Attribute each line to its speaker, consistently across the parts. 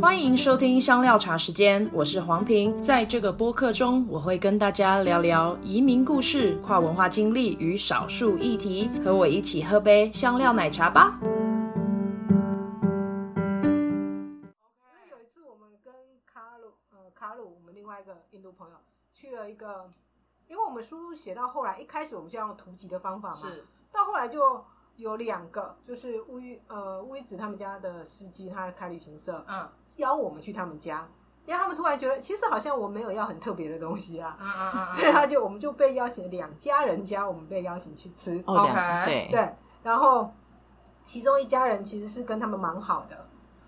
Speaker 1: 欢迎收听香料茶时间，我是黄平。在这个播客中，我会跟大家聊聊移民故事、跨文化经历与少数议题。和我一起喝杯香料奶茶吧。
Speaker 2: 那有一次我们跟卡鲁，呃，卡鲁，我们另外一个印度朋友去了一个，因为我们书写到后来，一开始我们是要用图集的方法嘛，到后来就有两个，就是乌一呃乌一子他们家的司机，他开旅行社，
Speaker 1: 嗯
Speaker 2: 邀我们去他们家，因为他们突然觉得，其实好像我没有要很特别的东西啊，
Speaker 1: 嗯嗯嗯
Speaker 2: 所以他就我们就被邀请两家人家，我们被邀请去吃，
Speaker 3: 哦，
Speaker 1: OK
Speaker 3: 两对
Speaker 2: 对，然后其中一家人其实是跟他们蛮好的，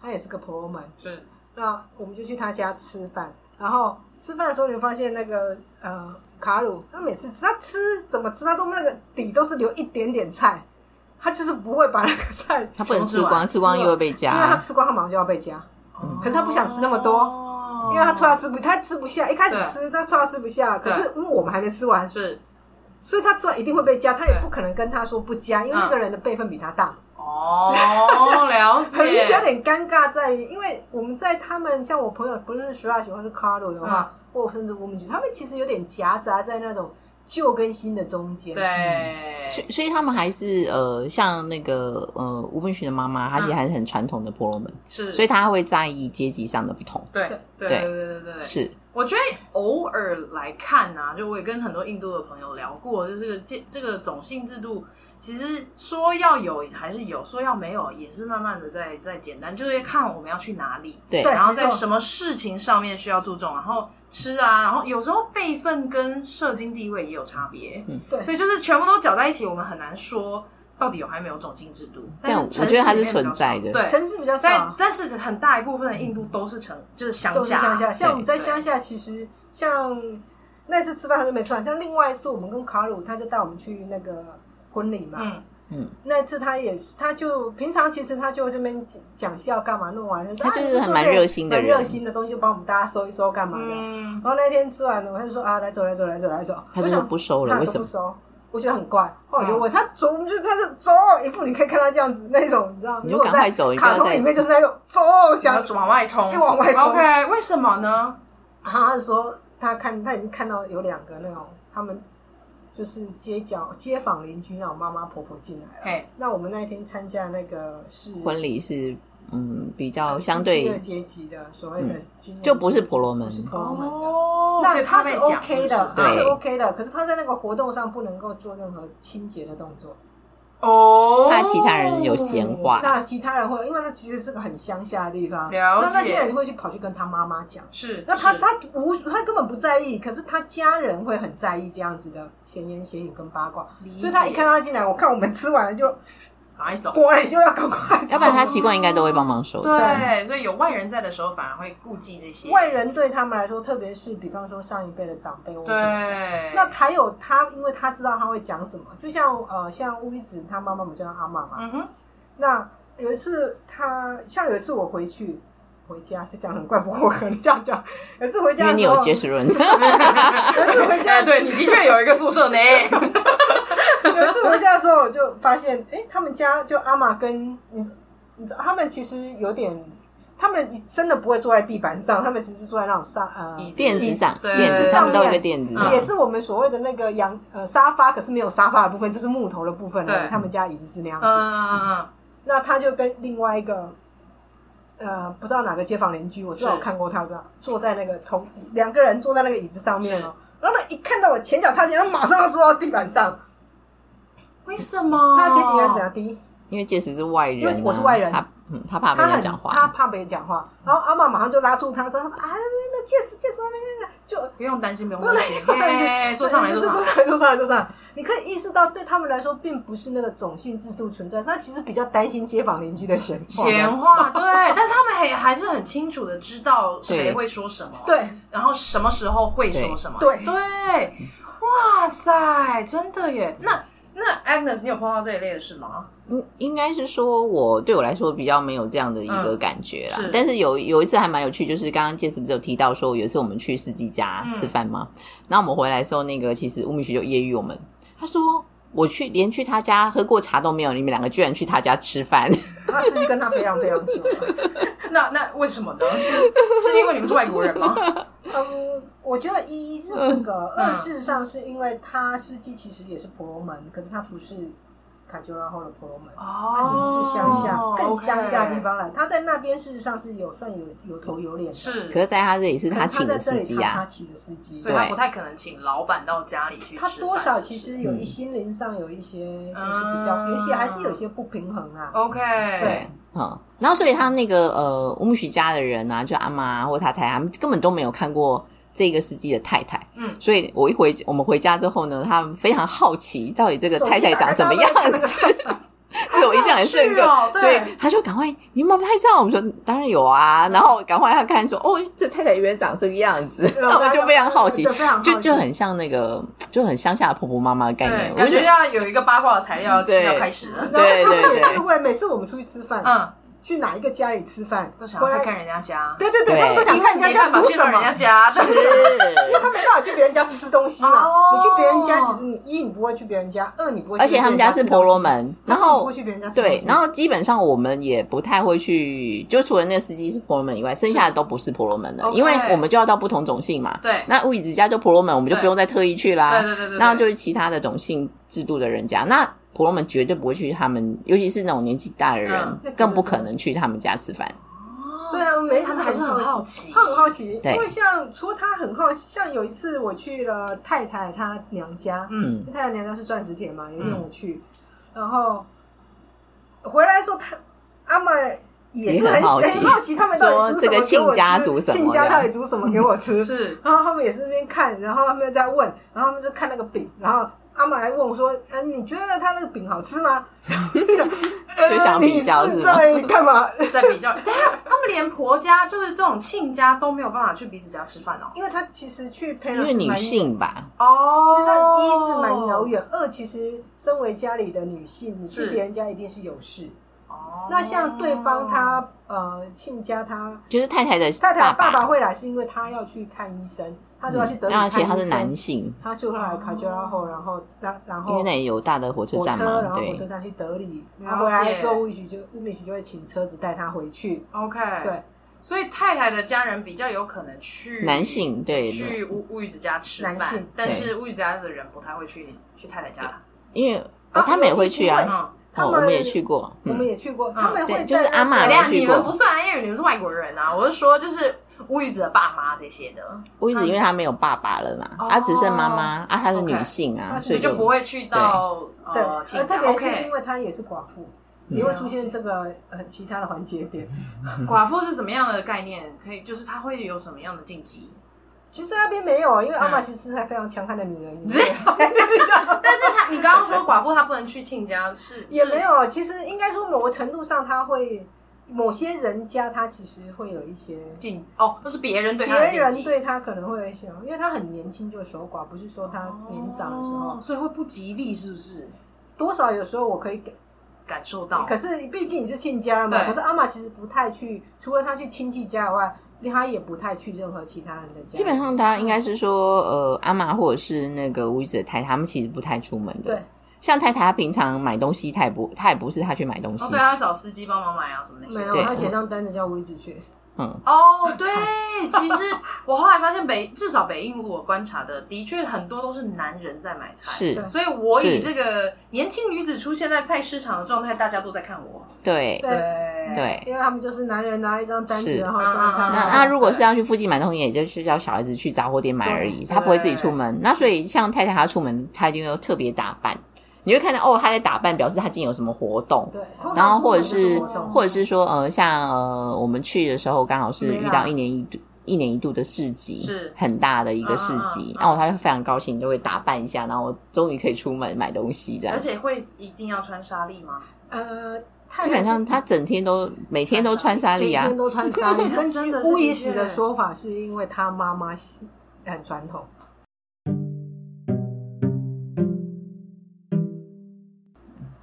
Speaker 2: 他也是个婆罗门。
Speaker 1: 是
Speaker 2: 那我们就去他家吃饭，然后吃饭的时候，你会发现那个呃卡鲁，他每次吃他吃怎么吃，他都那个底都是留一点点菜，他就是不会把那个菜，
Speaker 3: 他不能吃光，吃
Speaker 2: 吃完
Speaker 3: 光又会被
Speaker 2: 因为他
Speaker 3: 夹。
Speaker 2: 吃光，他马上就要被夹，
Speaker 1: 哦
Speaker 3: 嗯
Speaker 2: 可是他不想吃那么多因为他突然吃不，他吃不下，一开始
Speaker 1: 对
Speaker 2: 吃他突然吃不下，可
Speaker 1: 对
Speaker 2: 是因为我们还没吃完，
Speaker 1: 是
Speaker 2: 所以他吃完一定会被夹，他也
Speaker 1: 对
Speaker 2: 不可能跟他说不夹，因为那个人的辈分比他大，
Speaker 1: 哦，了
Speaker 2: 可能就是有
Speaker 1: 解。
Speaker 2: 点尴尬在于，因为我们在他们像我朋友不是 s h r a s 或是 Carlo
Speaker 1: 嗯
Speaker 2: 的话，或甚至我们觉得他们其实有点夹杂在那种旧跟新的中 间。，
Speaker 1: 对，
Speaker 3: 所以所以他们还是呃，像那个呃吴文许的妈妈，她
Speaker 2: 嗯
Speaker 3: 其实还是很传统的婆罗门，
Speaker 1: 是，
Speaker 3: 所以她会在意阶级上的不同。
Speaker 1: 对对
Speaker 2: 对
Speaker 1: 对对对对，
Speaker 3: 是，
Speaker 1: 我觉得偶尔来看啊，就我也跟很多印度的朋友聊过，就是这这个种姓制度，其实说要有还是有，说要没有也是慢慢的在在简单，就是要看我们要去哪里，
Speaker 3: 对
Speaker 2: 对
Speaker 1: 然后在
Speaker 2: 没错
Speaker 1: 什么事情上面需要注重，然后吃啊，然后有时候辈分跟社经地位也有差别，
Speaker 3: 嗯
Speaker 2: 对
Speaker 1: 所以就是全部都搅在一起，我们很难说到底有还没有种姓制度，
Speaker 3: 但
Speaker 1: 是城
Speaker 3: 我觉得
Speaker 1: 市
Speaker 3: 它是
Speaker 1: 里面比较
Speaker 3: 存在
Speaker 1: 少
Speaker 3: 的
Speaker 1: 对，
Speaker 2: 城市啊比较
Speaker 1: 但
Speaker 2: 少，
Speaker 1: 但是很大一部分的印度都是城，就是乡
Speaker 2: 都是乡下。像我们在
Speaker 1: 对
Speaker 2: 乡下，其实像那次吃饭他就没吃完，像另外一次我们跟卡鲁，他就带我们去那个婚礼嘛。
Speaker 1: 嗯，
Speaker 2: 那次他也是，他就平常其实他就这边讲是要干嘛弄完，
Speaker 3: 他就
Speaker 2: 啊
Speaker 3: 是
Speaker 2: 你们
Speaker 3: 很蛮
Speaker 2: 做点
Speaker 3: 热心的
Speaker 2: 蛮
Speaker 3: 人
Speaker 2: 热心的东西就帮我们大家收一收干嘛的。
Speaker 1: 嗯，
Speaker 2: 然后那天吃完了，他就说啊，来走来走来走来走。
Speaker 3: 她就是不收
Speaker 2: 我
Speaker 3: 了，
Speaker 2: 想
Speaker 3: 为
Speaker 2: 他
Speaker 3: 什
Speaker 2: 都不
Speaker 3: 么？嗯
Speaker 2: 收，我觉得很怪。后来我就问他走，我们就他就走，一副你可以看他这样子那种，你知道？如
Speaker 3: 你就
Speaker 2: 果
Speaker 3: 赶快
Speaker 2: 在
Speaker 3: 走，你不
Speaker 2: 卡
Speaker 3: 要
Speaker 2: 通里
Speaker 3: 再
Speaker 2: 面就是那种走，
Speaker 1: 想
Speaker 2: 想
Speaker 1: 要往外冲，
Speaker 2: 一往外冲
Speaker 1: OK，为什么呢？
Speaker 2: 然后他就说他看他已经看到有两个那种他们就是街角街坊邻居那种妈妈婆婆进来了。
Speaker 1: 嘿，
Speaker 2: 那我们那一天参加那个是
Speaker 3: 婚礼是嗯比较
Speaker 2: 是
Speaker 3: 相
Speaker 2: 第二
Speaker 3: 对
Speaker 2: 阶级的所谓的
Speaker 3: 嗯
Speaker 2: 军人
Speaker 3: 就不是
Speaker 2: 阶级
Speaker 3: 婆罗门
Speaker 2: 不是婆罗门的。
Speaker 1: 哦所
Speaker 2: Oh 那
Speaker 1: 以
Speaker 2: 他
Speaker 1: 怕
Speaker 2: 是
Speaker 1: 被讲
Speaker 2: OK 的，
Speaker 3: 对
Speaker 2: 他是 OK 的，可是他在那个活动上不能够做任何清洁的动作。
Speaker 1: 哦，
Speaker 3: 怕其他人有闲话
Speaker 2: 那其他人会，因为那其实是个很乡下的地方，
Speaker 1: 了解
Speaker 2: 那那些人会去跑去跟他妈妈讲，
Speaker 1: 是，
Speaker 2: 那他
Speaker 1: 是
Speaker 2: 他无他根本不在意，可是他家人会很在意这样子的闲言闲语跟八卦，
Speaker 1: 理解
Speaker 2: 所以他一看到他进来，我看我们吃完了就
Speaker 1: 赶快走。
Speaker 2: 过来就要赶快走，
Speaker 3: 要不然她习惯应该都会帮忙
Speaker 2: 啊
Speaker 3: 收的。
Speaker 1: 对，所以有外人在的时候，反而会顾忌这些
Speaker 2: 外人对他们来说，特别是比方说上一辈的长辈或什
Speaker 1: 对
Speaker 2: 么。，那还有他，因为他知道他会讲什么，就像呃，像乌一子他妈妈，我们叫他阿妈嘛，
Speaker 1: 嗯哼，
Speaker 2: 那有一次他，像有一次我回去回家，就讲很怪，不过我可能这样讲。有一次回
Speaker 3: 因
Speaker 2: 家
Speaker 3: 为
Speaker 2: 的
Speaker 3: 你
Speaker 2: 时候，
Speaker 3: 有结石润，
Speaker 2: 有一次回家
Speaker 1: 哎，， 对你的确有一个宿舍 呢，
Speaker 2: 有一次回家的时候，我就发现，哎、他们家就阿玛跟你，你知道，他们其实有点，他们真的不会坐在地板上，他们只是坐在那种沙呃。
Speaker 1: 椅子
Speaker 3: 垫子上，
Speaker 1: 对
Speaker 3: 垫子上
Speaker 2: 上
Speaker 3: 面都有一个
Speaker 2: 面
Speaker 3: 垫子
Speaker 1: 嗯
Speaker 3: 上
Speaker 2: 也，是我们所谓的那个洋呃沙发，可是没有沙发的部分，就是木头的部分
Speaker 1: 对
Speaker 2: 他们家椅子是那样
Speaker 1: 嗯
Speaker 2: 子。
Speaker 1: 嗯嗯
Speaker 2: 那他就跟另外一个，呃，不知道哪个街坊邻居，我知道
Speaker 1: 是
Speaker 2: 我看过他，不知道坐在那个同两个人坐在那个椅子上面哦。然后他一看到我前脚踏进，他马上要坐到地板上。
Speaker 1: 哦为什么？
Speaker 2: 他的阶级应该比较低，
Speaker 3: 因为结石是外人啊，
Speaker 2: 因为我是外人
Speaker 3: 他嗯他怕
Speaker 2: 他
Speaker 3: 被人家
Speaker 2: 很
Speaker 3: 讲
Speaker 2: 他
Speaker 3: 话，
Speaker 2: 怕别人讲话。然后阿妈马上就拉住他，跟他说：“啊，那戒指戒指那边就
Speaker 1: 不用担心，不用
Speaker 2: 不用
Speaker 1: 担
Speaker 2: 担
Speaker 1: 心
Speaker 2: 心，
Speaker 1: 哎，坐上来，
Speaker 2: 就
Speaker 1: 坐上
Speaker 2: 坐
Speaker 1: 来，
Speaker 2: 上来，坐上来，坐上来。”你可以意识到，对他们来说，并不是那个种姓制度存在，他其实比较担心街坊邻居的闲话。
Speaker 1: 闲话，对，但他们还还是很清楚的知道谁
Speaker 3: 对
Speaker 1: 会说什么，
Speaker 2: 对，
Speaker 1: 然后什么时候会说什么？
Speaker 2: 对
Speaker 1: 对，哇塞，真的耶！那那 Agnes，你有碰到这一类的事吗？
Speaker 3: 应嗯应该是说我对我来说比较没有这样的一个感觉啦。
Speaker 1: 嗯是
Speaker 3: 但是有有一次还蛮有趣，就是刚刚杰斯不是有提到说，有一次我们去司机家
Speaker 1: 嗯
Speaker 3: 吃饭嘛，然后我们回来的时候，那个其实吴米雪就揶揄我们，他说我去连去他家喝过茶都没有，你们两个居然去他家吃饭，
Speaker 2: 他是跟他非常非常久。
Speaker 1: 那那为什么呢？是是因为你们是外国人 吗？
Speaker 2: 嗯，我觉得一是这个，
Speaker 3: 嗯
Speaker 2: 二事实上是因为他司机其实也是婆罗门，可是他不是卡丘拉后的婆罗
Speaker 3: 哦
Speaker 2: 门，他其实是乡下
Speaker 1: 哦
Speaker 2: 更
Speaker 1: OK
Speaker 2: 乡下地方来。他在那边事实上是有算有有头有脸的，
Speaker 1: 是，
Speaker 3: 可是在他这里是
Speaker 2: 可是他
Speaker 3: 他请
Speaker 2: 在
Speaker 3: 的
Speaker 2: 这
Speaker 3: 司
Speaker 2: 里
Speaker 3: 机
Speaker 2: 他他
Speaker 3: 啊，
Speaker 2: 请的司机，
Speaker 1: 所以他不太可能请老板到家里去吃
Speaker 2: 他
Speaker 1: 饭。
Speaker 2: 多少其
Speaker 1: 是
Speaker 2: 实有一
Speaker 3: 嗯
Speaker 2: 心灵上有一些就是比较，
Speaker 1: 嗯哦
Speaker 2: 有一些还是有些不平衡啊
Speaker 1: 不是。OK，
Speaker 3: 对，嗯，然后所以他那个呃乌木许家的人啊，就阿妈啊或他太太，他们根本都没有看过这个司机的太太，
Speaker 1: 嗯
Speaker 3: 所以我一回我们回家之后呢，他们非常好奇到底这个太太长什么样子。 这我印象很深刻，
Speaker 1: 好有趣哦对
Speaker 3: 所以他就赶快，你有没有拍照？我们说当然有啊，然后赶快他看说，哦，这太太原来长这个样子， 那我就非常好奇
Speaker 2: 对，非常好奇
Speaker 3: 就就很像那个就很乡下的婆婆妈妈的概念，
Speaker 1: 对，
Speaker 3: 我
Speaker 1: 感
Speaker 3: 就
Speaker 1: 觉
Speaker 3: 觉得嗯
Speaker 1: 要有一个八卦的材料
Speaker 3: 对
Speaker 1: 要开始了。
Speaker 2: 然后
Speaker 3: 对对
Speaker 2: 他们也
Speaker 3: 对
Speaker 2: 是会每次我们出去吃饭，
Speaker 1: 嗯，
Speaker 2: 去哪一个家里吃饭，
Speaker 1: 都想要
Speaker 2: 回
Speaker 1: 看
Speaker 2: 来
Speaker 1: 看人家家，
Speaker 2: 对对对，
Speaker 3: 对
Speaker 2: 他们都想看人
Speaker 1: 没
Speaker 2: 家
Speaker 1: 办
Speaker 2: 家
Speaker 1: 法
Speaker 2: 煮
Speaker 1: 去
Speaker 2: 什
Speaker 1: 到人
Speaker 2: 么
Speaker 1: 家。家，但是
Speaker 2: 因为他没办法去别人家吃东西
Speaker 1: 哦
Speaker 2: 嘛，你去别人家，其实你一你不会去别人家，二你不会去 别
Speaker 3: 而
Speaker 2: 人吃东西，
Speaker 3: 且他们家是婆罗门，然
Speaker 2: 二你不
Speaker 3: 后
Speaker 2: 会去别人家吃东西
Speaker 3: 对，然后基本上我们也不太会去，就除了那个司机是婆罗门以外，剩下的都不是婆罗门的，
Speaker 1: OK
Speaker 3: 因为我们就要到不同种姓嘛。
Speaker 1: 对
Speaker 3: 那乌以之家就婆罗门，我们就
Speaker 1: 对
Speaker 3: 不用再特意去啦。
Speaker 1: 对对对对，
Speaker 3: 那就是其他的种姓制度的人家，那婆罗门绝对不会去他们，尤其是那种年纪大的人，
Speaker 2: 嗯
Speaker 3: 更不可能去他们家吃饭。
Speaker 1: 哦
Speaker 2: 虽然没
Speaker 1: 他们还是很好奇，
Speaker 2: 他很好奇，
Speaker 3: 对
Speaker 2: 因为像除了他很好，像有一次我去了太太她娘家，
Speaker 1: 嗯，
Speaker 2: 太太娘家是钻石田嘛，有一
Speaker 3: 嗯
Speaker 2: 天我去，然后回来的时候，他阿妈也是
Speaker 3: 也很
Speaker 2: 很
Speaker 3: 好奇
Speaker 2: 很好奇他们到底煮
Speaker 3: 说这
Speaker 2: 什么
Speaker 3: 个
Speaker 2: 给我
Speaker 3: 亲家
Speaker 2: 吃
Speaker 3: 煮什么
Speaker 2: 亲家
Speaker 3: 的
Speaker 2: 到底煮什么给我 吃，
Speaker 1: 是
Speaker 2: 然后他们也是那边看，然后他们在问，然后他们就看那个饼，然后阿玛还问我说：“嗯、你觉得他那个饼好吃吗？”
Speaker 3: 就想比较是
Speaker 2: 你
Speaker 3: 吗
Speaker 2: 在干嘛？
Speaker 1: 在比 较。对啊，他们连婆家就是这种亲家都没有办法去彼此家吃饭哦。
Speaker 2: 因为他其实去 p a
Speaker 3: 因为女，性吧，
Speaker 1: 哦
Speaker 2: 其实他一是蛮遥。远，二其实身为家里的女性，你去
Speaker 1: 是
Speaker 2: 别人家一定是有事。
Speaker 1: 哦
Speaker 2: 那像对方他呃亲家他
Speaker 3: 就是太太的
Speaker 2: 太太爸
Speaker 3: 爸
Speaker 2: 爸会来，是因为他要去看医生，他就要去德
Speaker 3: 嗯
Speaker 2: 里
Speaker 3: 那
Speaker 2: 看
Speaker 3: 而
Speaker 2: 医生。
Speaker 3: 且他是男，性，
Speaker 2: 他就会来卡丘拉后，然后然然后
Speaker 3: 因为那里有大的火车
Speaker 2: 火
Speaker 3: 站
Speaker 2: 车，
Speaker 3: 嘛
Speaker 2: 然，后火
Speaker 3: 对
Speaker 2: 车。站去德里，
Speaker 1: 了解
Speaker 2: 然后回来的时候，乌米许就乌米许就会请车子带他回去。
Speaker 1: OK，
Speaker 3: 哦
Speaker 2: 对，
Speaker 1: 所以太太的家人比较有可能去
Speaker 3: 男性对
Speaker 1: 去乌乌鱼子家吃
Speaker 2: 男
Speaker 1: 饭
Speaker 2: 性，
Speaker 1: 但是乌鱼子家的人不太会去去太太家。
Speaker 3: 因为、
Speaker 2: 啊
Speaker 3: 哦他们也会去
Speaker 2: 因为
Speaker 3: 啊，
Speaker 1: 嗯，
Speaker 2: 他
Speaker 3: 哦，
Speaker 2: 们
Speaker 3: 我们也去过，
Speaker 2: 我们
Speaker 3: 嗯，
Speaker 2: 也去过，
Speaker 1: 嗯
Speaker 2: 他们
Speaker 3: 对
Speaker 2: 会
Speaker 3: 就是
Speaker 2: 在那
Speaker 3: 阿嬷
Speaker 1: 哎等
Speaker 3: 没
Speaker 1: 一下
Speaker 3: 有去过
Speaker 1: 你们不算啊，因为你们是外国人啊。我是说，就是乌鱼子的爸妈这些的，
Speaker 3: 我一直因为他没有爸爸了嘛，
Speaker 1: 哦
Speaker 3: 啊，只剩妈妈啊，她是女
Speaker 1: OK
Speaker 3: 性啊，
Speaker 2: 啊
Speaker 3: 所
Speaker 1: 所
Speaker 3: 以
Speaker 1: 以就不会去到
Speaker 2: 对，
Speaker 1: 呃亲
Speaker 2: 呃，
Speaker 1: 家。
Speaker 2: 特别是
Speaker 1: OK，
Speaker 2: 因为他也是寡妇，
Speaker 3: 嗯
Speaker 2: 也会出现这个呃其他的环节点。
Speaker 1: 寡妇是什么样的概念？可以就是她会有什么样的禁忌？
Speaker 2: 其实那边没有，因为阿玛
Speaker 1: 嗯
Speaker 2: 其实是非常强悍的女人，
Speaker 1: 只但是她，你刚刚说 寡妇她不能去亲家，是
Speaker 2: 也
Speaker 1: 是
Speaker 2: 没有。其实应该说某个程度上，他会某些人家他其实会有一些。
Speaker 1: 禁哦，那是别人对
Speaker 2: 别
Speaker 1: 她的禁忌。
Speaker 2: 人对他可能会有一些，因为他很年轻就守寡，不是说他年长的时候，
Speaker 1: 哦所以会不吉利，是不是？
Speaker 2: 多少有时候我可以给
Speaker 1: 感受到，
Speaker 2: 可是毕竟你是亲家了嘛，
Speaker 1: 对
Speaker 2: 可是阿玛其实不太去，除了他去亲戚家以外，他也不太去任何其他人的家。
Speaker 3: 基本上他应该是说，呃，阿妈或者是那个吴一子的太太，他们其实不太出门的。
Speaker 2: 对，
Speaker 3: 像太太她平常买东西，她也不，她也不是她去买东西
Speaker 1: 哦，，对，他找司机帮忙买啊什么那
Speaker 2: 没
Speaker 1: 些。
Speaker 2: 有，
Speaker 3: 对
Speaker 2: 他写上单子叫我一直去。
Speaker 3: 嗯，
Speaker 1: 哦，对，其实我后来发现北，至少北印度我观察的，的确很多都是男人在买菜，，
Speaker 3: 是
Speaker 1: 所以我以这
Speaker 3: 是
Speaker 1: 个年轻女子出现在菜市场的状态，大家都在看我，
Speaker 3: 对
Speaker 2: 对，
Speaker 3: 对。
Speaker 2: 因为他们就是男人拿一张单子，
Speaker 3: 是
Speaker 2: 然后叫他
Speaker 1: 嗯嗯嗯
Speaker 3: 那
Speaker 1: 嗯
Speaker 3: 那如果是要去附近买东西，也就是叫小孩子去杂货店买而已，
Speaker 1: 对
Speaker 3: 她不会自己出门。那所以像太太她出门，她一定要特别打扮。你会看到哦，她在打扮，表示她今天有什么活动。
Speaker 2: 对，通常
Speaker 3: 然后或者
Speaker 2: 出门就是活动
Speaker 3: 或者是说呃，像呃，我们去的时候刚好是
Speaker 2: 没
Speaker 3: 遇
Speaker 2: 啦
Speaker 3: 到一年一度。一年一度的市集
Speaker 1: 是
Speaker 3: 很大的一个市
Speaker 1: 嗯嗯
Speaker 3: 集
Speaker 1: 嗯，
Speaker 3: 然后他就非常高兴，就会打扮一下，然后终于可以出门买东西这样
Speaker 1: 而。且会一定要穿纱丽吗？
Speaker 2: 呃，太
Speaker 3: 基本上他整天都每天都穿纱
Speaker 2: 每
Speaker 3: 丽啊
Speaker 2: 天，都穿纱丽。根
Speaker 1: 真
Speaker 2: 据
Speaker 1: 的是
Speaker 2: 乌
Speaker 1: 的
Speaker 2: 伊史的
Speaker 1: 确
Speaker 2: 说法，是因为他妈妈是很传统。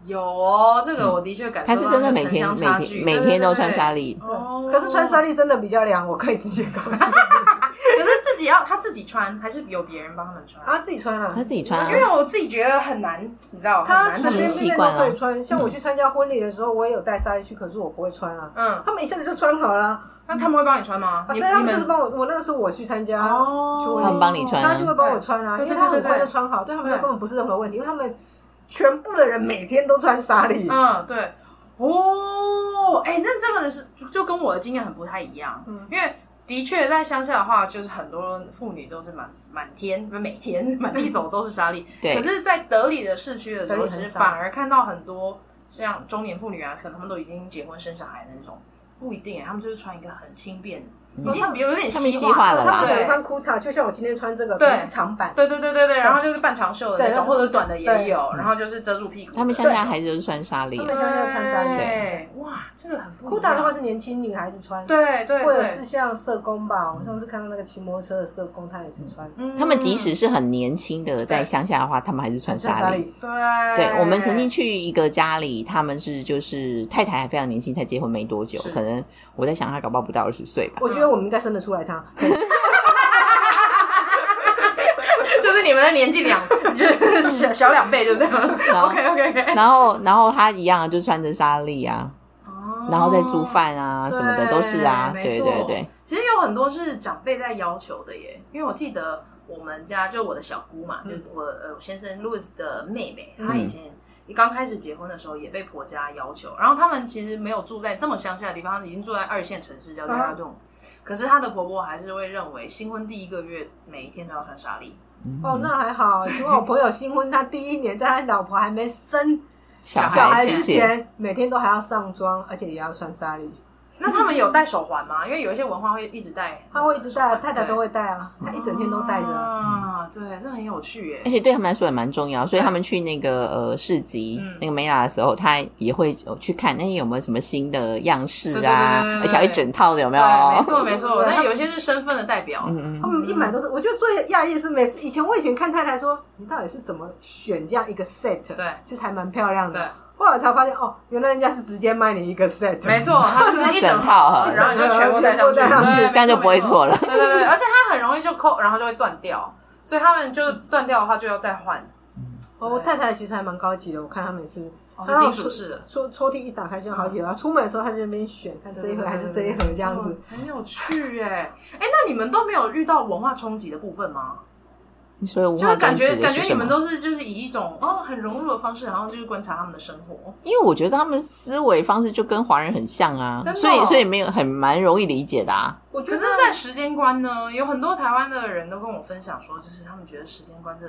Speaker 1: 有哦，这个我的确感受
Speaker 3: 他
Speaker 1: 到
Speaker 3: 是
Speaker 1: 那
Speaker 3: 真的
Speaker 1: 个
Speaker 3: 每
Speaker 1: 城
Speaker 3: 天
Speaker 1: 乡
Speaker 3: 每
Speaker 1: 差
Speaker 3: 天
Speaker 1: 距
Speaker 3: 每天都穿纱。丽
Speaker 1: 对对对对哦，
Speaker 2: 可是穿纱丽真的比较凉，我可以直接告诉你。
Speaker 1: 可是自自己要他自己穿，还是有别人帮他们穿？
Speaker 2: 啊，自己穿啊
Speaker 3: 他，自己穿
Speaker 1: 因为
Speaker 3: 啊，
Speaker 1: 我自己觉得很难，你知道，很
Speaker 2: 他
Speaker 1: 难
Speaker 2: 随
Speaker 3: 们
Speaker 2: 随
Speaker 1: 决
Speaker 3: 习
Speaker 1: 定。
Speaker 2: 便便
Speaker 3: 惯
Speaker 2: 都可
Speaker 3: 了
Speaker 2: 以穿。像我去参加婚礼的时候，我也有带纱去，可是我不会穿啊。
Speaker 1: 嗯，
Speaker 2: 他们一下子就穿好了，
Speaker 1: 那他们会帮你穿吗？
Speaker 2: 啊
Speaker 1: 你
Speaker 2: 但他
Speaker 1: 你
Speaker 2: 们就是
Speaker 1: 们
Speaker 2: 帮我，我那个时候我去参加，
Speaker 1: 哦
Speaker 3: 他们帮你穿
Speaker 2: 他就会帮我穿啊，
Speaker 1: 对
Speaker 2: 因
Speaker 1: 对
Speaker 2: 为他很快
Speaker 1: 对对对
Speaker 2: 就穿好，对他们来
Speaker 1: 对
Speaker 2: 说根本不是任何问题，因为他们全部的人每天都穿纱丽。
Speaker 1: 嗯，对，哦，哎、那这个的是就就跟我的经验很不太一样，
Speaker 2: 嗯
Speaker 1: 因为的确在乡下的话，就是很多妇女都是满满天每天 满地走都是沙粒，
Speaker 3: 对
Speaker 1: 可是，在德里的市区的时
Speaker 2: 德
Speaker 1: 候，
Speaker 2: 里
Speaker 1: 其
Speaker 2: 很
Speaker 1: 实
Speaker 2: 少
Speaker 1: 反而看到很多像中年妇女啊，可能她们都已经结婚生小孩的那种，不一定、欸，她们就是穿一个很轻便，已经有点
Speaker 3: 她们
Speaker 1: 西
Speaker 3: 西化了
Speaker 2: 他
Speaker 3: 啦
Speaker 2: 们有
Speaker 1: 对
Speaker 2: 穿 kuta，就像我今天穿这个，不
Speaker 1: 对
Speaker 2: 是长版。
Speaker 1: 对对对对对，然后就是半长袖的那
Speaker 2: 对
Speaker 1: 种，或者短的也
Speaker 2: 对
Speaker 1: 有，然后就是遮住屁股的。
Speaker 3: 他们乡下孩子都是穿纱丽
Speaker 2: 他
Speaker 1: 嗯
Speaker 2: 们，
Speaker 3: 啊
Speaker 2: 乡下穿纱丽。
Speaker 1: 对，哇，这个很不一
Speaker 2: 裤衩的
Speaker 1: 样
Speaker 2: 话是年轻女孩子穿，，
Speaker 1: 嗯对对，
Speaker 2: 或者
Speaker 1: 对
Speaker 2: 是像社工吧，我上次看到那个骑摩托车的社工，他也是穿
Speaker 1: 嗯
Speaker 3: 他们即使是很年轻的，在乡下的话，他们还是穿纱丽。
Speaker 2: 丽，
Speaker 1: 对，
Speaker 3: 对
Speaker 1: 啊
Speaker 3: 我们曾经去一个家里，他们是就是太太还非常年轻，才结婚没多久
Speaker 1: 是，
Speaker 3: 可能我在想她搞不好不到二十岁吧。
Speaker 2: 我觉得我们应该生得出来他。
Speaker 1: 就是你们的年纪两， 就是小小两倍，就是这样。
Speaker 3: 后
Speaker 1: OK OK OK，
Speaker 3: 然后，然后她一样就穿着纱丽啊，然后再煮
Speaker 1: 饭
Speaker 3: 饭啊什么的都是啊，对对对，。
Speaker 1: 其实有很多是长辈在要求的耶，因为我记得我们家就我的小姑嘛，
Speaker 2: 嗯
Speaker 1: 就是我呃我先生 Louis 的妹妹，她以前。刚开始结婚的时候也被婆家要求，然后他们其实没有住在这么乡下的地方，已经住在二线城市叫做
Speaker 2: 啊
Speaker 1: 拉顿。可是她的婆婆还是会认为新婚第一个月每一天都要穿纱丽，
Speaker 3: 嗯
Speaker 2: 哦，那还好，因为我朋友新婚，他第一年在他老婆还没生
Speaker 3: 小
Speaker 1: 小孩
Speaker 2: 孩之
Speaker 3: 之前，
Speaker 2: 前，每天都还要上妆，而且也要穿纱丽。
Speaker 1: 那他们有戴手环吗？因为有一些文化会一直戴，
Speaker 2: 他会一直戴，太太都
Speaker 1: 会
Speaker 2: 会戴啊，他一整天都戴着啊。
Speaker 1: 啊，对，这很有趣耶
Speaker 3: 而。且对他们来说也蛮重要，所以他们去那个呃市集、
Speaker 1: 嗯
Speaker 3: 那个美雅的时候，他也会呃去看那有没有什么新的样式啊，
Speaker 1: 对对对对对
Speaker 3: 而且还一整套的有没有？
Speaker 1: 对，
Speaker 3: 啊
Speaker 1: 没错没错，
Speaker 2: 对
Speaker 1: 那
Speaker 2: 他
Speaker 1: 有一些是身份的代表，
Speaker 3: 嗯
Speaker 2: 他
Speaker 3: 嗯，
Speaker 2: 们一买都是，我觉得最讶异的是每次以前我以前看太太说，你到底是怎么选这样一个 set？
Speaker 1: 对
Speaker 2: 其实还蛮漂亮
Speaker 1: 对
Speaker 2: 的。后来才发现哦，原来人家是直接卖你一个 set。
Speaker 1: 没错，它就是一整
Speaker 3: 套哈嗯
Speaker 1: 然后你就全部戴上去，
Speaker 2: 全部戴上去
Speaker 1: 对
Speaker 3: 这样就不会错。了。
Speaker 1: 没错没错对对对，而且它很容易就扣，然后就会断掉，所以他们就断掉的话就要再换。
Speaker 2: 哦，我太太其实还蛮高级的，我看她每次
Speaker 1: 哦，
Speaker 2: 她
Speaker 1: 是
Speaker 2: 那
Speaker 1: 金
Speaker 2: 种
Speaker 1: 属式的，
Speaker 2: 抽抽屉一打开就有好几盒，出门的时候她在那边选，看这一盒还是这一盒这样子。，
Speaker 1: 很有趣哎。哎，那你们都没有遇到文化冲击的部分吗？
Speaker 3: 所以文
Speaker 1: 就是
Speaker 3: 化
Speaker 1: 感
Speaker 3: 感
Speaker 1: 觉
Speaker 3: 觉
Speaker 1: 感觉你们都是就是以一种哦很融入的方式，然后就是观察他们的生活。
Speaker 3: 因为我觉得他们思维方式就跟华人很像啊，
Speaker 1: 真的哦
Speaker 3: 所以所以没有很蛮容易理解的啊。
Speaker 2: 我觉
Speaker 1: 可
Speaker 2: 得
Speaker 1: 是，在时间观呢，有很多台湾的人都跟我分享说，就是他们觉得时间观这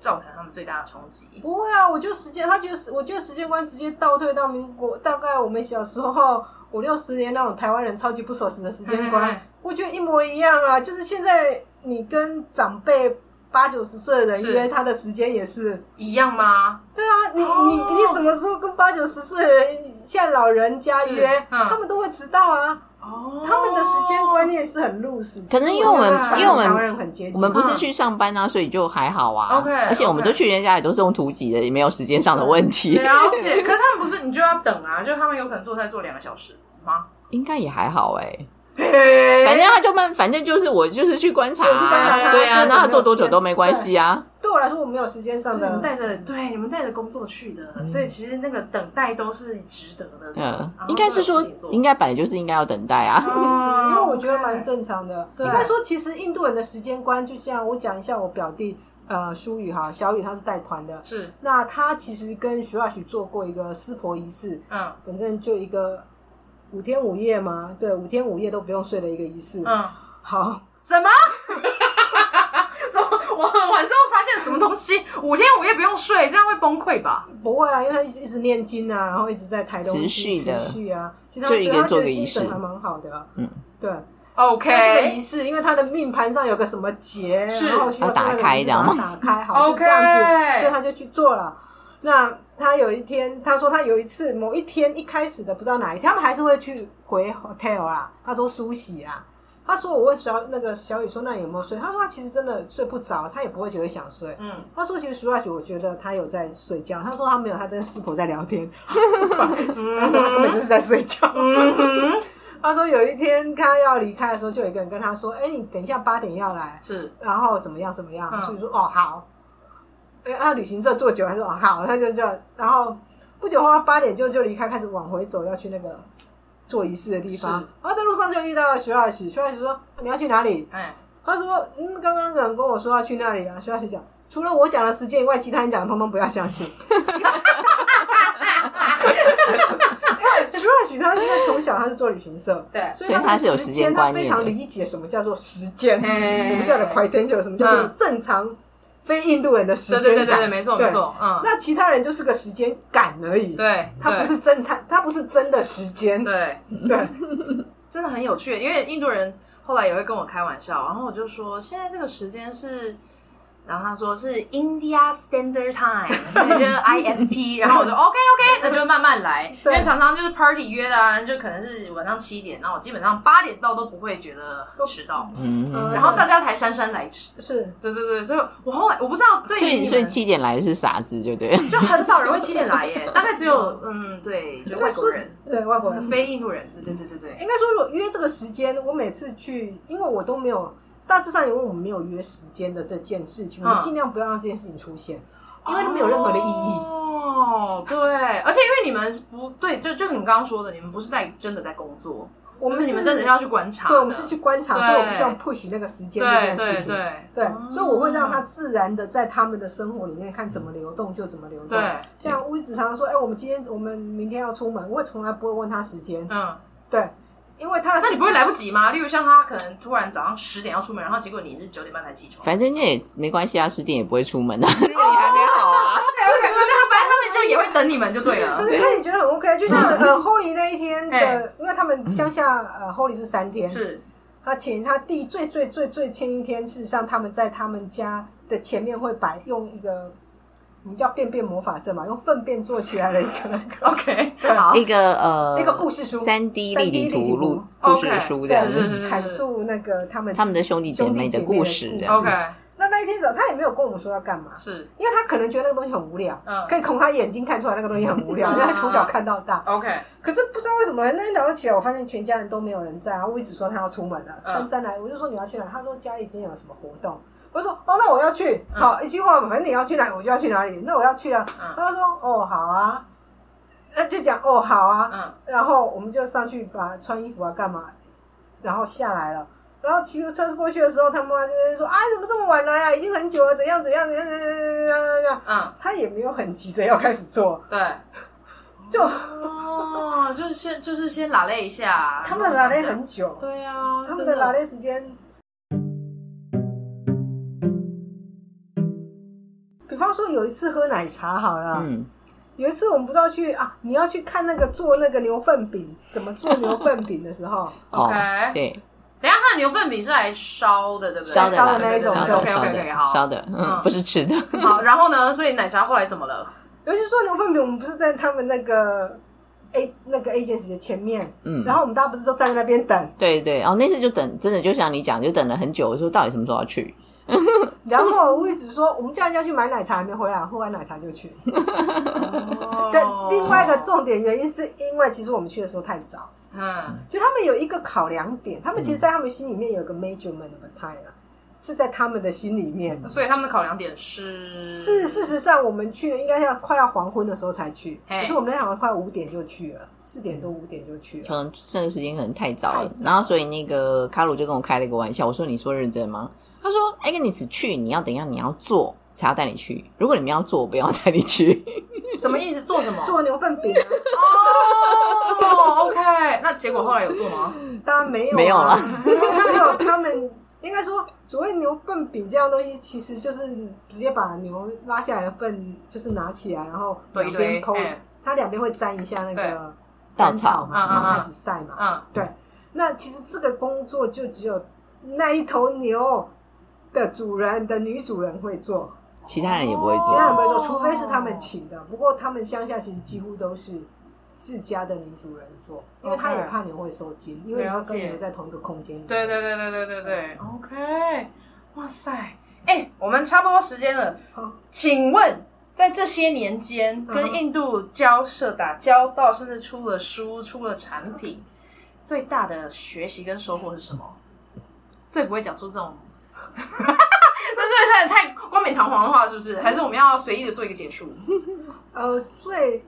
Speaker 1: 造成他们最大的冲击。
Speaker 2: 不会啊，我就时间，她觉得时我觉得时间观直接倒退到民国，大概我们小时候五六十年那种台湾人超级不守时的时间
Speaker 1: 嘿嘿
Speaker 2: 观
Speaker 1: 嘿，
Speaker 2: 我觉得一模一样啊。就是现在你跟长辈八九十岁的人
Speaker 1: 是
Speaker 2: 约，他的时间也是。
Speaker 1: 一样吗？
Speaker 2: 对啊，你你
Speaker 1: 哦
Speaker 2: 你什么时候跟八九十岁的人，像老人家
Speaker 1: 是
Speaker 2: 约，
Speaker 1: 嗯
Speaker 2: 他们都会迟到啊。
Speaker 1: 哦
Speaker 2: 他们的时间观念是很入世，
Speaker 3: 可能因为
Speaker 2: 我
Speaker 3: 我们
Speaker 2: 觉得
Speaker 1: 因为我
Speaker 3: 们
Speaker 2: 台湾人很接近，
Speaker 3: 我们不是去上班啊，所以就还好啊。
Speaker 1: OK，
Speaker 3: 而且我们
Speaker 1: OK
Speaker 3: 都去人家也都是用图集的，也没有时间上的问题，
Speaker 1: 了 解，可是他们不是你就要等啊，就他们有可能做菜做两个小时 吗？
Speaker 3: 应该也还好哎、
Speaker 1: 嘿
Speaker 3: 反正他就慢，反正就是我就是去观察、
Speaker 2: 我去观察
Speaker 3: 啊，
Speaker 2: 他
Speaker 3: 对啊，
Speaker 2: 看有没有
Speaker 3: 那他做多久都没关系啊。
Speaker 2: 对我来说我没有时间上
Speaker 1: 你们
Speaker 2: 的，
Speaker 1: 带着对你们带着工作去的，
Speaker 2: 嗯
Speaker 1: 所以其实那个等待都是值得的。
Speaker 3: 嗯
Speaker 1: 然后，
Speaker 3: 应该是
Speaker 1: 都
Speaker 3: 说
Speaker 1: 有事情，做
Speaker 3: 应该本来就是应该要等待啊。
Speaker 1: 哦
Speaker 2: 因为我觉得蛮正常的。
Speaker 1: 对
Speaker 2: 应该说，其实印度人的时间观，就像我讲一下我表弟呃舒宇哈，小雨他是带团的，
Speaker 1: 是
Speaker 2: 那他其实跟徐亚许做过一个湿婆仪式，
Speaker 1: 嗯
Speaker 2: 反正就一个五天五夜嘛，对，五天五夜都不用睡的一个仪式。
Speaker 1: 嗯
Speaker 2: 好，
Speaker 1: 什么？ 怎么？我很晚之后发现什么东西？五天五夜不用睡，这样会崩溃吧？
Speaker 2: 不会啊，因为他一直念经啊，然后一直在台东
Speaker 3: 持续的
Speaker 2: 持续啊，其实他
Speaker 3: 就一个
Speaker 2: 觉得他
Speaker 3: 做
Speaker 2: 觉
Speaker 3: 个
Speaker 2: 得
Speaker 3: 仪
Speaker 2: 精神
Speaker 3: 式
Speaker 2: 还蛮好的、啊，
Speaker 3: 嗯，
Speaker 2: 对。那这个
Speaker 1: OK
Speaker 2: 仪式，因为他的命盘上有个什么结，
Speaker 1: 是
Speaker 2: 然后需要
Speaker 3: 要打
Speaker 2: 做那个
Speaker 3: 开
Speaker 2: 仪式
Speaker 3: 这样
Speaker 2: 把它
Speaker 3: 吗
Speaker 2: 打开好
Speaker 1: OK
Speaker 2: 就这样子，所以他就去做了。那他有一天，他说他有一次某一天一开始的不知道哪一天，他们还是会去回 hotel 啊，他说梳洗啊。他说：“我问小那个小雨说，那你有没有睡？”他说：“他其实真的睡不着，他也不会觉得想睡。
Speaker 1: 嗯，
Speaker 2: 他说：“其实苏亚雪，我觉得他有在睡觉。”他说：“他 没有，他跟师婆在聊天。”他说：“他根本就是在睡觉。
Speaker 1: 嗯嗯哼
Speaker 2: 他说有一天他要离开的时候，就有一个人跟他说：“哎、你等一下八点要来，
Speaker 1: 是
Speaker 2: 然后怎么样怎么样。
Speaker 1: 嗯
Speaker 2: 所以说哦好，哎、啊旅行社做久了，他说哦好，他就这样。然后不久后他八点就就离开，开始往回走，要去那个做仪式的地方
Speaker 1: 是。
Speaker 2: 然后在路上就遇到了徐老师，徐老师说、啊你要去哪里？
Speaker 1: 哎，
Speaker 2: 他说嗯刚刚那个人跟我说要去那里啊。徐老师讲除了我讲的时间以外，其他人讲的通通不要相信。 因为徐老师他因为从小他是做旅行社。
Speaker 1: 对，
Speaker 3: 所以他是有
Speaker 2: 时
Speaker 3: 时间观念的
Speaker 2: 他非常理解什么叫做时间，
Speaker 1: 嘿
Speaker 2: 我们叫的 potential，什么叫做
Speaker 1: 嗯
Speaker 2: 正常非印度人的时
Speaker 1: 对
Speaker 2: 间
Speaker 1: 对对
Speaker 2: 感。
Speaker 1: 对对，没错没
Speaker 2: 对。
Speaker 1: 错，嗯，
Speaker 2: 那其他人就是个时间感而已，
Speaker 1: 对，
Speaker 2: 他
Speaker 1: 对
Speaker 2: 不是真产，他不是真的时间。
Speaker 1: 对，
Speaker 2: 对，
Speaker 1: 真的很有趣，因为印度人后来也会跟我开玩笑，然后我就说现在这个时间是，然后他说是 India Standard Time，所 以就是 IST，然后我就 OK OK，那就慢慢来，因
Speaker 2: 对
Speaker 1: 为常常就是 party 约的啊，就可能是晚上七点，那我基本上八点到都不会觉得迟到，
Speaker 3: 嗯，
Speaker 1: 然后大家才姗姗来迟。
Speaker 2: 是
Speaker 1: 对对对，所以我后来我不知道对
Speaker 3: 所
Speaker 1: 于你
Speaker 3: 以
Speaker 1: 们
Speaker 3: 所以七点来是傻子，就对了。
Speaker 1: 就很少人会七点来耶，大概只有嗯 对，就外国人、
Speaker 2: 对外国人。
Speaker 1: 非印度人，对对对对对，
Speaker 2: 应该说，如果约这个时间，我每次去，因为我都没有，大致上因为我们没有约时间的这件事情，我
Speaker 1: 嗯
Speaker 2: 们尽量不要让这件事情出现，因为它没有任何的意义。
Speaker 1: 哦，对，而且因为你们不对，就就你刚刚说的，你们不是在真的在工作，
Speaker 2: 我们
Speaker 1: 就是是你们真的要去观察的，
Speaker 2: 对，我们是去观察，
Speaker 1: 对
Speaker 2: 所以我不需要 push 那个时间这
Speaker 1: 对
Speaker 2: 件
Speaker 1: 对
Speaker 2: 事情。
Speaker 1: 对
Speaker 2: 对
Speaker 1: 哦
Speaker 2: 所以我会让它自然的在他们的生活里面看怎么流动就怎么流动。
Speaker 1: 对，
Speaker 2: 像乌子常常说，哎、我们今天我们明天要出门，我也从来不会问他时间，
Speaker 1: 嗯，
Speaker 2: 对，因为他的
Speaker 1: 那
Speaker 2: 时
Speaker 1: 你不会来不及吗？例如像他可能突然早上十点要出门，然后结果你是九点半才起床，
Speaker 3: 反正也没关系啊，十点也不会出门啊，因为你还没好啊。
Speaker 1: 对对对，就是他反正他们就也会等你们就对了，
Speaker 2: 就是开始觉得很 OK，就像呃 Holy 那一天
Speaker 1: 嗯哎
Speaker 2: 的，因为他们乡下呃 Holy 是三天，
Speaker 1: 是
Speaker 2: 他前他第最最最最前一天，事实上他们在他们家的前面会摆用一个我们叫便便魔法阵嘛，用粪便做起来的一个那个
Speaker 1: OK 好
Speaker 3: 一。个呃，
Speaker 2: 一个故事书
Speaker 3: 三 D 立体
Speaker 2: 3D 立体图
Speaker 3: 图录
Speaker 1: OK，
Speaker 3: 故事书这样
Speaker 2: 对，
Speaker 1: 是是是是
Speaker 3: 子。
Speaker 2: 阐述那个他们
Speaker 3: 他们的兄弟姐妹的故事
Speaker 2: 兄弟姐妹的故
Speaker 1: OK，
Speaker 2: 那那一天早，他也没有跟我们说要干嘛，
Speaker 1: 是
Speaker 2: 因为他可能觉得那个东西很无聊，
Speaker 1: 嗯
Speaker 2: 可以从他眼睛看出来那个东西很无聊，
Speaker 1: 嗯
Speaker 2: 因为他从小看到大。
Speaker 1: OK，
Speaker 2: 可是不知道为什么那天早上起来，我发现全家人都没有人在啊，我一直说他要出门了，
Speaker 1: 嗯
Speaker 2: 姗姗来，我就说你要去哪？他说家里今天有什么活动。我就说哦，那我要去。
Speaker 1: 嗯
Speaker 2: 好，一句话，反正你要去哪，我就要去哪里。那我要去啊。
Speaker 1: 嗯
Speaker 2: 他说哦，好啊。那就讲哦，好啊。
Speaker 1: 嗯，
Speaker 2: 然后我们就上去把穿衣服啊干嘛，然后下来了。然后骑车过去的时候，他妈妈就会说啊，怎么这么晚来啊？已经很久了，怎样怎样怎样怎样怎样怎样怎样。
Speaker 1: 嗯，
Speaker 2: 他也没有很急着要开始做，
Speaker 1: 对，
Speaker 2: 就
Speaker 1: 哦，就是先就是先拉了一下，
Speaker 2: 他们的拉累很久，
Speaker 1: 对啊，
Speaker 2: 他们
Speaker 1: 真
Speaker 2: 的拉累时间。比方说有一次喝奶茶好了，
Speaker 3: 嗯，
Speaker 2: 有一次我们不知道去啊，你要去看那个做那个牛粪饼怎么做牛粪饼的时候，
Speaker 3: 哦
Speaker 1: OK，
Speaker 3: 对，
Speaker 1: 等一下，它的牛粪饼是来烧的，对不对？
Speaker 3: 烧的
Speaker 2: 烧
Speaker 3: 啦，
Speaker 2: 的那一种
Speaker 3: 烧
Speaker 2: 对
Speaker 3: 的，
Speaker 1: OK
Speaker 3: 烧
Speaker 1: OK OK，
Speaker 3: 的，烧
Speaker 1: 好，
Speaker 3: 的，
Speaker 1: 嗯
Speaker 3: 嗯，不是吃的。
Speaker 1: 好。然后呢？所以奶茶后来怎么了？
Speaker 2: 尤其是做牛粪饼，我们不是在他们那个 A 那个 agency 的前面，
Speaker 3: 嗯
Speaker 2: 然后我们大家不是都站在那边等，
Speaker 3: 对对，哦，那次就等，真的就像你讲，就等了很久，说到底什么时候要去？
Speaker 2: 然后我一直说我们叫人家去买奶茶，还没回来，喝完奶茶就去。哦
Speaker 1: 哦
Speaker 2: 对，另外一个，重点原因是因为其实我们去的时候太早，
Speaker 1: 嗯，
Speaker 2: 其实他们有一个考量点，他们其实，在他们心里面有个 measurement of time 啊，是在他们的心里面。
Speaker 1: 所以他们的考量点是
Speaker 2: 是，事实上我们去应该要快要黄昏的时候才去，
Speaker 1: 嘿
Speaker 2: 可是我们那场快五点就去了，四点多五点就去了。
Speaker 3: 可能这个时间可能太早
Speaker 2: 太，
Speaker 3: 了
Speaker 2: 早
Speaker 3: 然后所以那个卡鲁就跟我开了一个玩笑，我说：“你说认真吗？”他说：“哎，跟你一起去，你要等一下你要做才要带你去，如果你们要做，我不要带你去。
Speaker 1: 什么意思？做什么？
Speaker 2: 做牛粪饼啊，
Speaker 1: 哦，OK。那结果后来有做吗？
Speaker 2: 当然没有、啊，
Speaker 3: 没有了，
Speaker 2: 只有他们应该说，所谓牛粪饼这样东西，其实就是直接把牛拉下来的粪，就是拿起来，然后
Speaker 1: 对一
Speaker 2: 两
Speaker 1: 堆
Speaker 2: 边抠
Speaker 1: 哎，
Speaker 2: 它两边会沾一下那个
Speaker 3: 稻
Speaker 2: 干草
Speaker 3: 草
Speaker 2: 嘛，
Speaker 1: 嗯嗯
Speaker 2: 然
Speaker 1: 嗯
Speaker 2: 后开始晒嘛。
Speaker 1: 嗯，
Speaker 2: 对，那其实这个工作就只有那一头牛的主人的女主人会做，
Speaker 3: 其他人也不会
Speaker 2: 其
Speaker 3: 做。
Speaker 2: 他人
Speaker 1: 哦
Speaker 2: 不会做，除非是他们请的。不过他们乡下其实几乎都是自家的女主人做，因为
Speaker 1: OK
Speaker 2: 他也怕牛会受惊，因为你要跟牛在同一个空间里。
Speaker 1: 对对对对对对对，OK。哇塞，哎，我们差不多时间了。
Speaker 2: 好，
Speaker 1: 请问，在这些年间，
Speaker 2: 哼
Speaker 1: 跟印度交涉、打交道，甚至出了书、出了产品，最大的学习跟收获是什么？最不会讲出这种， 这是有点太冠冕堂皇的话，是不是？还是我们要随意的做一个解除？
Speaker 2: 呃，最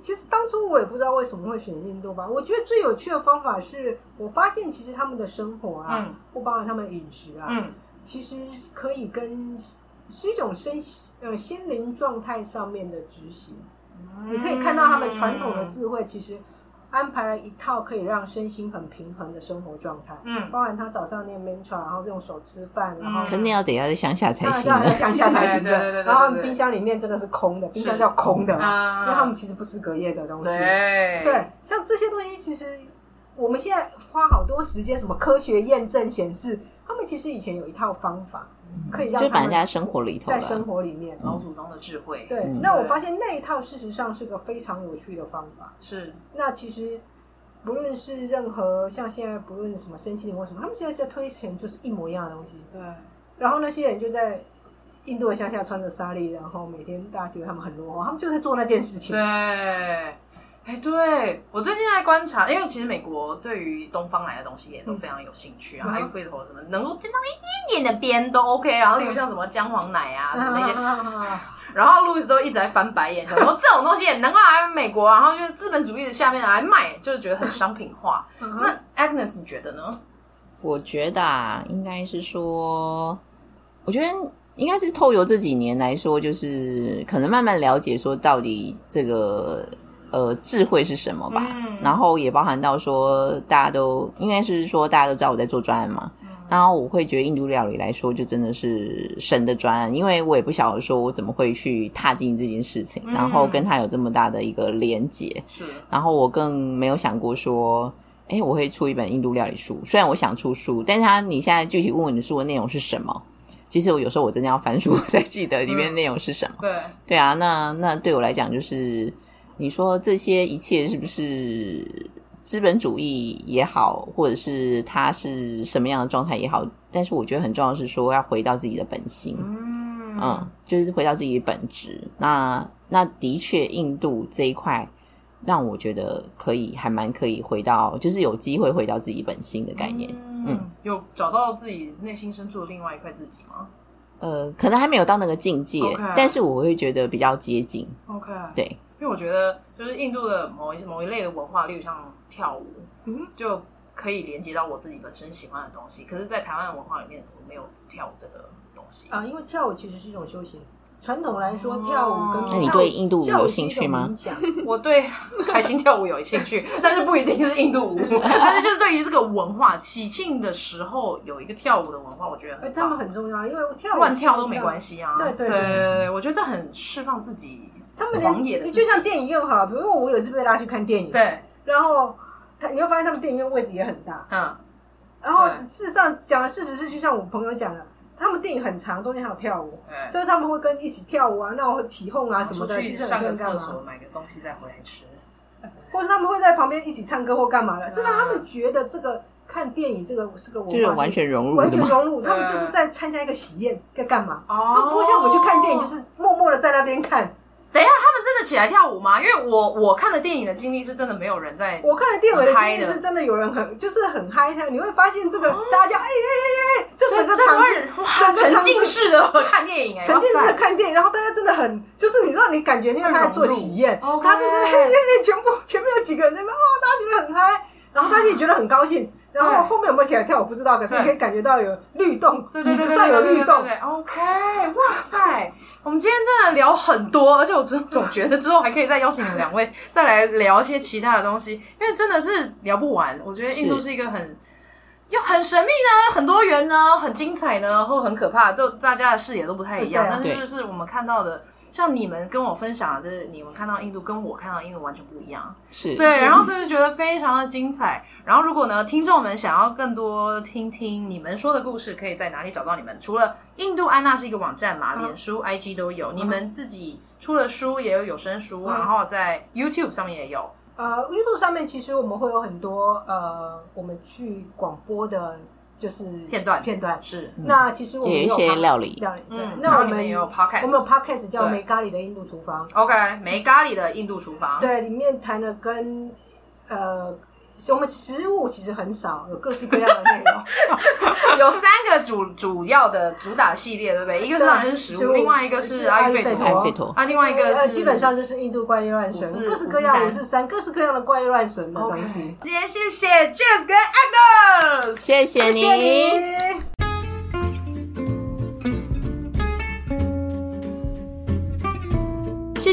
Speaker 2: 其实当初我也不知道为什么会选印度吧。我觉得最有趣的方法是我发现，其实他们的生活啊，
Speaker 1: 嗯
Speaker 2: 或包含他们的饮食啊，
Speaker 1: 嗯，
Speaker 2: 其实可以跟是一种身呃心灵状态上面的执行。你可以看到他们传统
Speaker 1: 嗯
Speaker 2: 的智慧，其实安排了一套可以让身心很平衡的生活状态。
Speaker 1: 嗯，
Speaker 2: 包含他早上念 mantra，然后用手吃饭，然后
Speaker 1: 嗯
Speaker 3: 肯定要等一下在乡下才
Speaker 2: 当然
Speaker 3: 行
Speaker 2: 当然
Speaker 3: 啊。
Speaker 2: 向下才行
Speaker 1: 对对对对
Speaker 2: 的。
Speaker 1: 对
Speaker 2: 然后他们冰箱里面真的是空的，冰箱叫空的嘛，
Speaker 1: 啊，
Speaker 2: 因为他们其实不吃隔夜的东西。
Speaker 1: 对
Speaker 2: 对，像这些东西，其实我们现在花好多时间，什么科学验证显示，他们其实以前有一套方法，
Speaker 1: 嗯
Speaker 2: 可以让
Speaker 3: 就
Speaker 2: 他
Speaker 3: 把人
Speaker 2: 们
Speaker 3: 家生活里头嗯
Speaker 2: 在生
Speaker 3: 了。
Speaker 2: 活里面。哦
Speaker 1: 老祖宗的智慧，
Speaker 2: 对
Speaker 3: 嗯，
Speaker 2: 那我发现那一套事实上是个非常有趣的方法。
Speaker 1: 是
Speaker 2: 那其实不论是任何像现在不论什么身心灵或什么，他们现在是在推行就是一模一样的东西。
Speaker 1: 对，
Speaker 2: 然后那些人就在印度的乡下穿着纱丽，然后每天大家觉得他们很落后，他们就在做那件事情
Speaker 1: 对，。啊哎，对我最近在观察，因为其实美国对于东方来的东西也都非常有兴趣，啊然后还有
Speaker 2: 嗯
Speaker 1: 会头什么能够见到一点点的边都 OK，然啊后例如像什么姜黄奶啊什 么那些，然后路易斯都一直在翻白眼，想说这种东西也能够来美国，啊然后就是资本主义的下面来卖，就是觉得很商品化。
Speaker 2: 那
Speaker 1: 那 Agnes 你觉得呢？
Speaker 3: 我觉得啊，应该是说，我觉得应该是透由这几年来说，就是可能慢慢了解说到底这个呃智慧是什么吧。
Speaker 1: 嗯
Speaker 3: 然后也包含到说，大家都应该是说大家都知道我在做专案嘛。
Speaker 1: 嗯
Speaker 3: 然后我会觉得印度料理来说，就真的是神的专案，因为我也不晓得说我怎么会去踏进这件事情，
Speaker 1: 嗯
Speaker 3: 然后跟他有这么大的一个连结。
Speaker 1: 是
Speaker 3: 然后我更没有想过说，哎，我会出一本印度料理书。虽然我想出书，但是它你现在具体问我你的书的内容是什么？其实我有时候我真的要翻书，我才记得里面内容是什么。
Speaker 1: 对，
Speaker 3: 对啊，那那对我来讲就是，你说这些一切是不是资本主义也好，或者是它是什么样的状态也好，但是我觉得很重要的是说要回到自己的本心。
Speaker 1: 嗯
Speaker 3: 嗯，就是回到自己的本质。那那的确，印度这一块让我觉得可以，还蛮可以回到，就是有机会回到自己本心的概念。嗯，
Speaker 1: 有找到自己内心深处的另外一块自己吗
Speaker 3: 呃，可能还没有到那个境界
Speaker 1: OK
Speaker 3: 但是我会觉得比较接近。
Speaker 1: ？OK，
Speaker 3: 对，
Speaker 1: 因为我觉得就是印度的某一某一类的文化，例如像跳舞，
Speaker 2: 嗯，
Speaker 1: 就可以连接到我自己本身喜欢的东西。可是，在台湾的文化里面，我没有跳舞这个东西。
Speaker 2: 啊，因为跳舞其实是一种修行。传统来说，
Speaker 1: 哦
Speaker 2: 跳舞跟
Speaker 1: 那你
Speaker 3: 对印度舞有兴趣吗
Speaker 2: 跳舞是一种冥想
Speaker 1: 我对开心跳舞有兴趣，但是不一定是印度 舞。但是就是对于这个文化，喜庆的时候有一个跳舞的文化，我觉得
Speaker 2: 哎
Speaker 1: 很
Speaker 2: 他
Speaker 1: 棒
Speaker 2: 们很重要，因为跳舞
Speaker 1: 乱跳都没
Speaker 2: 系。
Speaker 1: 关系啊。
Speaker 2: 对
Speaker 1: 对
Speaker 2: 对
Speaker 1: 对，我觉得这很释放自己
Speaker 2: 他们
Speaker 1: 狂野的
Speaker 2: 连
Speaker 1: 自己
Speaker 2: 就像电影院哈，比如我有一次被拉去看电影，
Speaker 1: 对，
Speaker 2: 然后他你会发现他们电影院位置也很大，
Speaker 1: 嗯，
Speaker 2: 然后
Speaker 1: 对
Speaker 2: 事实上讲的事实是，就像我朋友讲的，他们电影很长，中间还有跳舞，
Speaker 1: 对。
Speaker 2: 所以他们会跟一起跳舞啊，那种起哄啊什么的，
Speaker 1: 出
Speaker 2: 其
Speaker 1: 去
Speaker 2: 实
Speaker 1: 上
Speaker 2: 很
Speaker 1: 个
Speaker 2: 像
Speaker 1: 厕
Speaker 2: 干嘛
Speaker 1: 所，买个东西再回来吃。
Speaker 2: 或是他们会在旁边一起唱歌或干嘛的，
Speaker 1: 嗯
Speaker 2: 真的他们觉得这个看电影这个是个文
Speaker 3: 就是
Speaker 2: 化，
Speaker 3: 完全融入
Speaker 2: 完
Speaker 3: 的
Speaker 2: 全
Speaker 3: 嘛。
Speaker 2: 融入，他们
Speaker 1: 对
Speaker 2: 就是在参加一个喜宴，在干嘛？
Speaker 1: 哦
Speaker 2: 他们不像我们去看电影，就是默默的在那边看。
Speaker 1: 等一下，他们真的起来跳舞吗？因为我我看的电影的经历是真的没有人在，
Speaker 2: 我看了电影的
Speaker 1: 很嗨
Speaker 2: 经历
Speaker 1: 的哦
Speaker 2: 是真的有人很就是很嗨，他你会发现这个大家哎哎哎哎哎，就
Speaker 1: 所
Speaker 2: 整
Speaker 1: 以
Speaker 2: 个
Speaker 1: 真的
Speaker 2: 场
Speaker 1: 会
Speaker 2: 景，
Speaker 1: 哇，
Speaker 2: 整个
Speaker 1: 沉
Speaker 2: 场
Speaker 1: 浸
Speaker 2: 景
Speaker 1: 式的看电影哎、
Speaker 2: 沉
Speaker 1: 哇
Speaker 2: 浸式的
Speaker 1: 塞，
Speaker 2: 看电影，然后大家真的很，就是你知道，你感觉因为他在做喜宴，
Speaker 1: 很融入
Speaker 2: 他就是
Speaker 1: OK
Speaker 2: 嘿嘿嘿，全部前面有几个人在那边，哦，大家觉得很嗨，然后大家也觉得很高兴，然后后面有没有起来跳我不知道，可是
Speaker 1: 对
Speaker 2: 你可以感觉到有律动，
Speaker 1: 对对
Speaker 2: 椅
Speaker 1: 对
Speaker 2: 子
Speaker 1: 对
Speaker 2: 上
Speaker 1: 对
Speaker 2: 有
Speaker 1: 对
Speaker 2: 律
Speaker 1: 对对
Speaker 2: 动，
Speaker 1: 对，OK，哇塞，我们今天真的聊很多，而且我总总觉得之后还可以再邀请你们两位再来聊一些其他的东西，因为真的是聊不完。我觉得印度
Speaker 3: 是
Speaker 1: 是一个很又很神秘呢，很多元呢，很精彩呢，或很可怕，都大家的视野都不太一样。
Speaker 2: 对啊
Speaker 1: 但是就是我们看到的，像你们跟我分享的，就是你们看到印度跟我看到印度完全不一样。
Speaker 3: 是，
Speaker 1: 对，然
Speaker 2: 嗯
Speaker 1: 后就是觉得非常的精彩。然后如果呢，听众们想要更多听听你们说的故事，可以在哪里找到你们？除了印度安娜是一个网站嘛，
Speaker 2: 嗯
Speaker 1: 脸书、IG 都有，你们自己出了书也有有声书，
Speaker 2: 嗯
Speaker 1: 然后在 YouTube 上面也有。
Speaker 2: 呃，YouTube 上面其实我们会有很多呃，我们去广播的，就是
Speaker 1: 片段
Speaker 2: 片段。
Speaker 1: 是，
Speaker 2: 那其实我们
Speaker 3: 嗯也有一些料理
Speaker 2: 料理，对
Speaker 1: 嗯，然
Speaker 2: 那
Speaker 1: 后
Speaker 2: 我
Speaker 1: 你
Speaker 2: 们
Speaker 1: 们也有
Speaker 2: 我们有
Speaker 1: Podcast。
Speaker 2: Podcast 叫《
Speaker 1: 对
Speaker 2: 没咖喱的印度厨房》。
Speaker 1: OK，没咖喱的印度厨房。
Speaker 2: 对，里面谈了跟呃我们食物其实很少，有各式各样的 内容。
Speaker 1: 有三个主主要的主打系列，对不对？一个当然是食
Speaker 2: 食
Speaker 1: 物，
Speaker 2: 物
Speaker 1: 另外一个是阿育吠
Speaker 2: 是
Speaker 3: 爱
Speaker 2: 阿
Speaker 1: 陀
Speaker 2: 育
Speaker 3: 费陀。
Speaker 1: 啊，另外一个
Speaker 2: 呃
Speaker 1: 是
Speaker 2: 基本上就是印度怪力乱神
Speaker 1: 五，四
Speaker 2: 各式各样
Speaker 1: 五
Speaker 2: 五
Speaker 1: 四
Speaker 2: 四三，各式各样的怪力乱神的东
Speaker 1: OK
Speaker 2: 西。
Speaker 1: 今天谢谢 Jazz 跟 Agnes。
Speaker 3: 谢谢你。
Speaker 2: 谢谢你。
Speaker 1: 谢